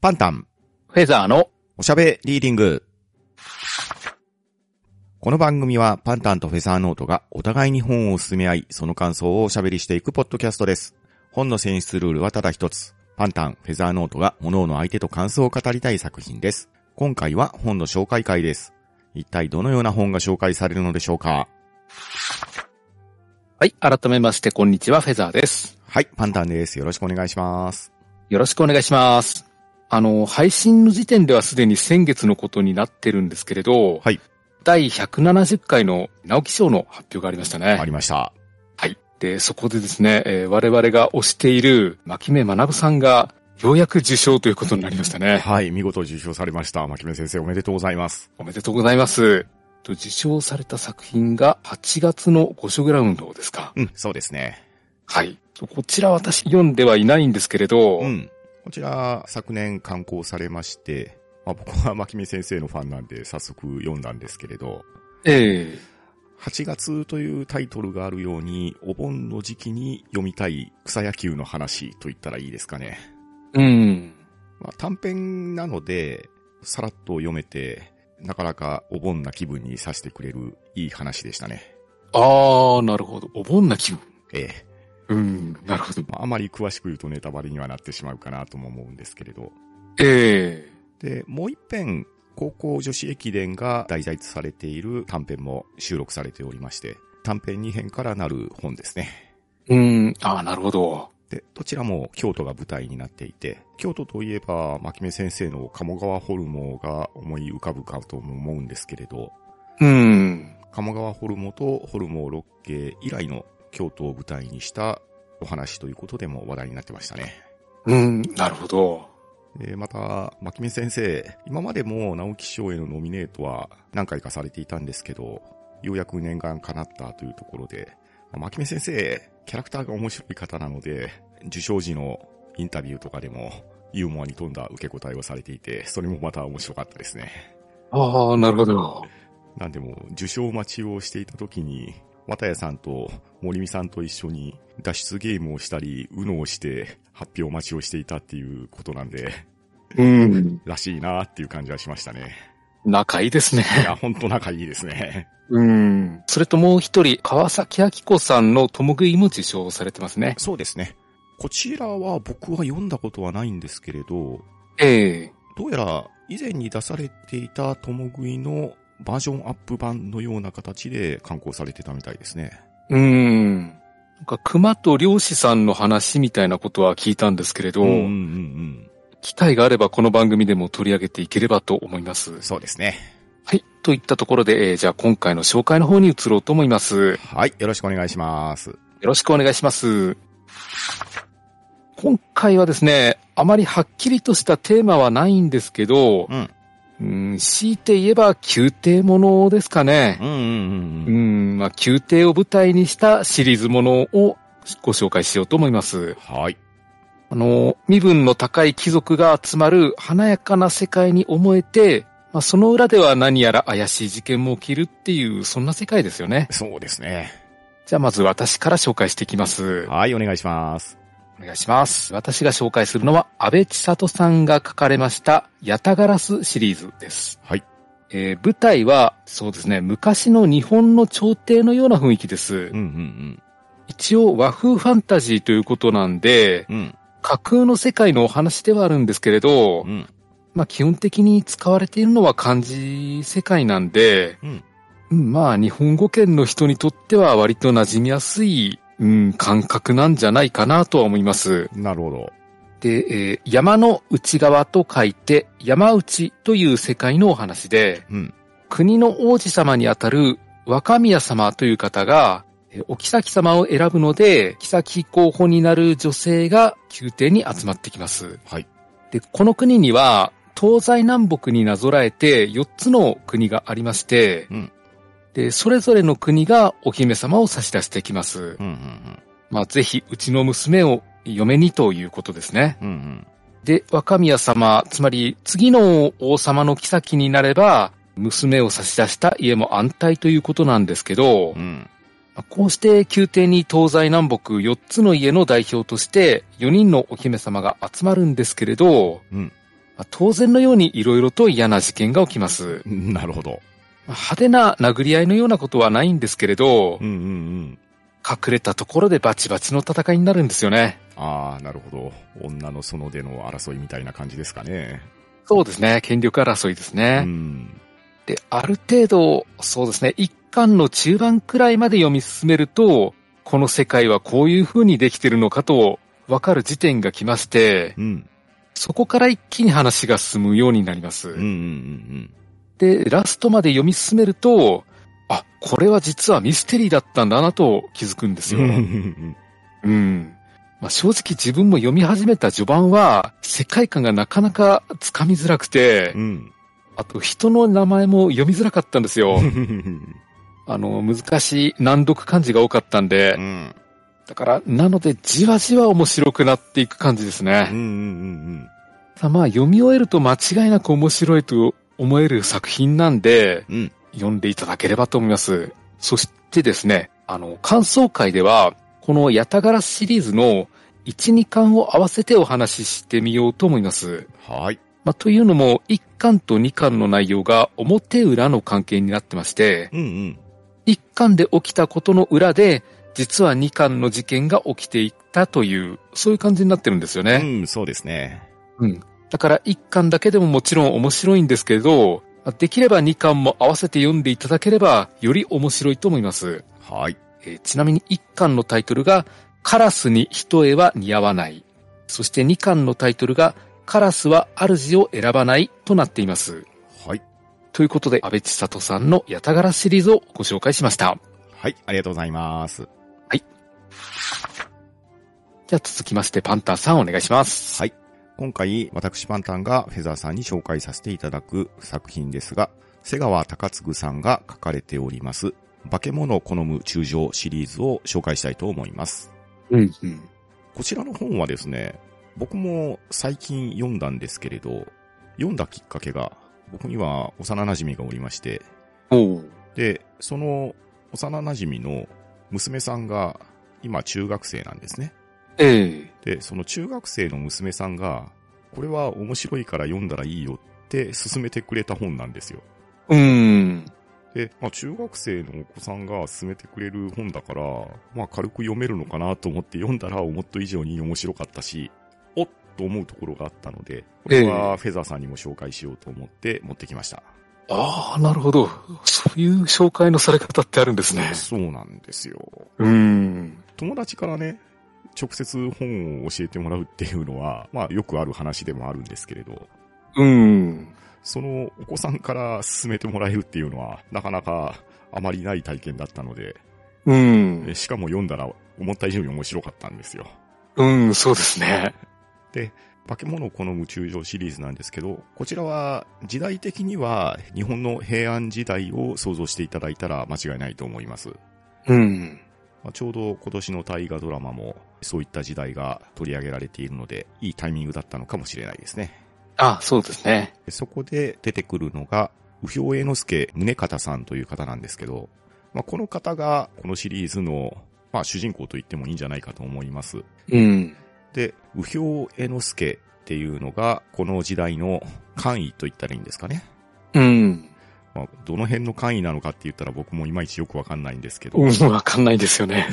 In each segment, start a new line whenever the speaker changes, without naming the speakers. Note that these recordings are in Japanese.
パンタン、
フェザーの、
おしゃべリーディング。この番組はパンタンとフェザーノートがお互いに本を進め合い、その感想をおしゃべりしていくポッドキャストです。本の選出ルールはただ一つ。パンタン、フェザーノートが各々相手と感想を語りたい作品です。今回は本の紹介会です。一体どのような本が紹介されるのでしょうか
はい、改めまして、こんにちは、フェザーです。
はい、パンタンです。よろしくお願いします。
よろしくお願いします。あの、配信の時点ではすでに先月のことになってるんですけれど、
はい。
第170回の直木賞の発表がありましたね。
ありました。
はい。で、そこでですね、えー我々が推している牧目学さんが、ようやく受賞ということになりましたね。
はい、見事受賞されました。牧目先生おめでとうございます。
おめでとうございます。と受賞された作品が8月の5書グラウンドですか。
うん、そうですね。
はい。こちら私読んではいないんですけれど、
うん。こちら、昨年刊行されまして、まあ、僕は牧見先生のファンなんで、早速読んだんですけれど、
ええ
8月というタイトルがあるように、お盆の時期に読みたい草野球の話と言ったらいいですかね。
うん。
まあ、短編なので、さらっと読めて、なかなかお盆な気分にさせてくれるいい話でしたね。
ああ、なるほど。お盆な気分。
ええ。
うん、なるほど。
まあ、あまり詳しく言うとネタバレにはなってしまうかなとも思うんですけれど。
ええ
で、もう一編、高校女子駅伝が題材とされている短編も収録されておりまして、短編2編からなる本ですね。
うん、ああ、なるほど。
で、どちらも京都が舞台になっていて、京都といえば、牧目先生の鴨川ホルモが思い浮かぶかとも思うんですけれど、
うん。
鴨川ホルモとホルモ六景以来の京都を舞台にしたお話ということでも話題になってましたね。
うん、なるほど。
えーまた、牧見先生、今までも直木賞へのノミネートは何回かされていたんですけど、ようやく念願叶ったというところで、まあ牧見先生、キャラクターが面白い方なので、受賞時のインタビューとかでもユーモアに富んだ受け答えをされていて、それもまた面白かったですね。
ああ、なるほど。
なんでも、受賞待ちをしていた時に、綿谷さんと森美さんと一緒に脱出ゲームをしたり、UNO をして発表待ちをしていたっていうことなんで、
うん。
らしいなっていう感じはしましたね。
仲いいですね。
いや、ほんと仲いいですね。
うん。それともう一人、川崎明子さんのともぐいも受賞されてますね。
そうですね。こちらは僕は読んだことはないんですけれど、
ええ
どうやら以前に出されていたともぐいのバージョンアップ版のような形で刊行されてたみたいですね。
うん。なんか、熊と漁師さんの話みたいなことは聞いたんですけれど、
うんうんうん
機会があればこの番組でも取り上げていければと思います
うん。。そうですね。
はい。といったところで、えーじゃあ今回の紹介の方に移ろうと思います。よ
はい、よろしくお願いします。
ろしくお願いします。今回はですね、あまりはっきりとしたテーマはないんですけど、
うん。
うん、強いて言えば宮廷ものですかね。
うんうんうん
う
うん。
ん、まあ、宮廷を舞台にしたシリーズものをご紹介しようと思います。
はい。
あの、身分の高い貴族が集まる華やかな世界に思えて、まあ、その裏では何やら怪しい事件も起きるっていう、そんな世界ですよね。
そうですね。
じゃあまず私から紹介していきます。
はい、お願いします。
お願いします。私が紹介するのは、安倍千里さんが書かれました、ヤタガラスシリーズです。
はい。
えー舞台は、そうですね、昔の日本の朝廷のような雰囲気です
うん。うん
一応和風ファンタジーということなんで、
うん。うん。
架空の世界のお話ではあるんですけれど
う、ん。
まあ基本的に使われているのは漢字世界なんで、
うん
うんまあ日本語圏の人にとっては割と馴染みやすい、うん、感覚なんじゃないかなとは思います。
なるほど。
で、えー山の内側と書いて山内という世界のお話で、
うん。
国の王子様にあたる若宮様という方が、えーお妃様を選ぶので、妃候補になる女性が宮廷に集まってきます。
はい。
で、この国には、東西南北になぞらえて4つの国がありまして、
うん
で、それぞれの国がお姫様を差し出してきます。
うんうん
まあ、ぜひ、うちの娘を嫁にということですね。
うん。うん
で、若宮様、つまり次の王様の妃になれば、娘を差し出した家も安泰ということなんですけど、
うん。うん。
まあこうして宮廷に東西南北4つの家の代表として4人のお姫様が集まるんですけれど、
うん
ままあ当然のように色々と嫌な事件が起きます。
なるほど。
まあ派手な殴り合いのようなことはないんですけれど
う、んうんうん。
隠れたところでバチバチの戦いになるんですよね。
ああ、なるほど。女の園での争いみたいな感じですかね。
そうですね。権力争いです
う
ね。
ん。
で、ある程度、そうですね。一巻の中盤くらいまで読み進めると、この世界はこういう風にできてるのかと、わかる時点が来まして、
うん。
そこから一気に話が進むようになります。
うんうんうん
で、ラストまで読み進めると、あ、これは実はミステリーだったんだなと気づくんです
う
よ。
ん。うんうんうん
うん。まあ、正直自分も読み始めた序盤は、世界観がなかなかつかみづらくて
う、ん。
あと人の名前も読みづらかったんですよ
う。ん。
あの、難しい難読漢字が多かったんで
う、ん。
だから、なので、じわじわ面白くなっていく感じで
う
す
んう
ね。
ん
ただまあ、読み終えると間違いなく面白いと思える作品なんで、
うん。うん。
読んでいただければと思います。そしてですね、あの、感想会では、このヤタガラスシリーズの1、2巻を合わせてお話ししてみようと思います。
はい。
まあ、というのも、1巻と2巻の内容が表裏の関係になってまして、
うんうん。
一巻で起きたことの裏で、実は二巻の事件が起きていたという、そういう感じになってるんですよね。
うん、そうですね。
だから一巻だけでももちろん面白いんですけれど、できれば二巻も合わせて読んでいただければ、より面白いと思います。
はい。
えーちなみに一巻のタイトルが、カラスに一重は似合わない。そして二巻のタイトルが、カラスは主を選ばないとなっています。
はい。
ということで、安倍千里さんのヤタガラシリーズをご紹介しました。
はい、ありがとうございます。
じゃあ続きまして、パンタンさんお願いします。
はい。今回、私パンタンがフェザーさんに紹介させていただく作品ですが、瀬川隆嗣さんが書かれております、化け物を好む中将シリーズを紹介したいと思います。
うん、うん。
こちらの本はですね、僕も最近読んだんですけれど、読んだきっかけが、僕には幼馴染がおりまして、
おう。
で、その幼馴染の娘さんが今中学生なんですね。
ええ
で、その中学生の娘さんが、これは面白いから読んだらいいよって勧めてくれた本なんですよ。
うーん。
で、まあ中学生のお子さんが勧めてくれる本だから、まあ軽く読めるのかなと思って読んだら思った以上に面白かったし、おっと思うところがあったので、これはフェザーさんにも紹介しようと思って持ってきました。
ああ、なるほど。そういう紹介のされ方ってあるんですね。
そうなんですよ。
うーん。
友達からね、直接本を教えてもらうっていうのは、まあよくある話でもあるんですけれど、
うーん。
そのお子さんから勧めてもらえるっていうのは、なかなかあまりない体験だったので、
う
え
ん。
しかも読んだら思った以上に面白かったんですよ。
うん、そうですね。
化け物を好む中将シリーズなんですけど、こちらは時代的には日本の平安時代を想像していただいたら間違いないと思います。
うん。
まあ、ちょうど今年の大河ドラマもそういった時代が取り上げられているので、いいタイミングだったのかもしれないですね。
あそうですね。
そこで出てくるのが、右兵衛之助宗方さんという方なんですけど、まあ、この方がこのシリーズの、まあ、主人公と言ってもいいんじゃないかと思います。
うん。
で、右兵衛之助っていうのが、この時代の官位と言ったらいいんですかね。
うん。
まあ、どの辺の官位なのかって言ったら僕もいまいちよくわかんないんですけど、
うん、わかんないですよね。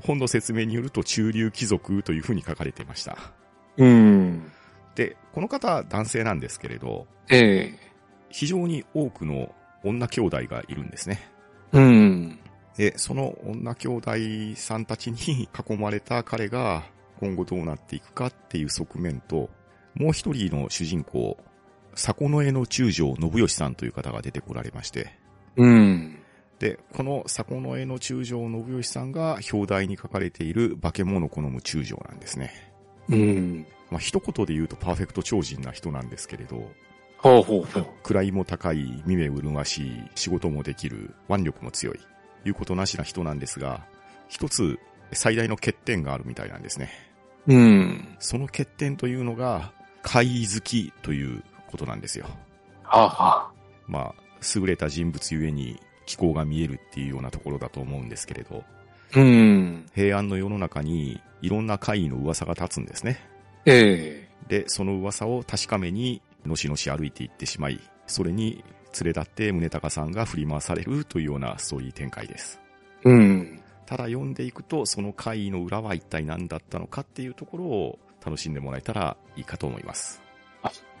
本の説明によると中流貴族というふうに書かれてました。
うん。
で、この方男性なんですけれど、
ええ
非常に多くの女兄弟がいるんですね。
うん。
で、その女兄弟さんたちに囲まれた彼が今後どうなっていくかっていう側面と、もう一人の主人公、坂の江の中将信義さんという方が出てこられまして、
うん。
で、この坂の江の中将信義さんが表題に書かれている化け物好む中将なんですね。
うん。
まあ、一言で言うとパーフェクト超人な人なんですけれど、
ほうほうほう。
位も高い、見目麗しい、仕事もできる、腕力も強い、いうことなしな人なんですが、一つ最大の欠点があるみたいなんですね。
うん。
その欠点というのが、怪異好きということなんですよ。
はあ、はあ。
まあ、優れた人物ゆえに気候が見えるっていうようなところだと思うんですけれど、
うん。
平安の世の中にいろんな怪異の噂が立つんですね。
ええ
で、その噂を確かめにのしのし歩いていってしまい、それに連れ立って宗隆さんが振り回されるというようなストーリー展開です。
うん。
ただ読んでいくと、その回の裏は一体何だったのかっていうところを楽しんでもらえたらいいかと思います。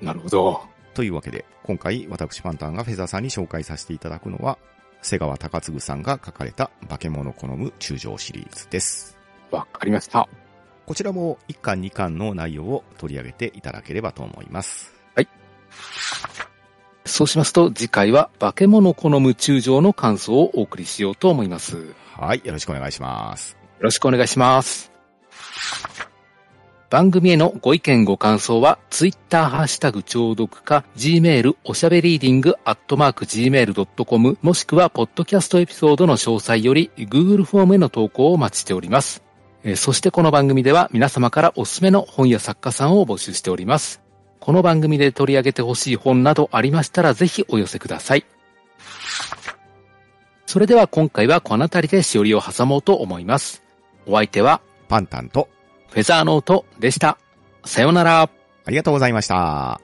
なるほど。
というわけで、今回私パンタンがフェザーさんに紹介させていただくのは、瀬川隆次さんが書かれた化け物好む中将シリーズです。
わかりました。
こちらも1巻2巻の内容を取り上げていただければと思います。
そうしますと、次回は化け物好む中将の感想をお送りしようと思います。よ
はい、よろしくお願いします。
ろしくお願いします。番組へのご意見ご感想は、ツイッターハッシュタグ聴読か、gmail おしゃべりーディングアットマーク gmail.com もしくは、ポッドキャストエピソードの詳細より、Google フォームへの投稿をお待ちしております。えーそしてこの番組では皆様からおすすめの本や作家さんを募集しております。この番組で取り上げてほしい本などありましたらぜひお寄せください。それでは今回はこの辺りでしおりを挟もうと思います。お相手は
パンタンと
フェザーノートでした。さようなら。
ありがとうございました。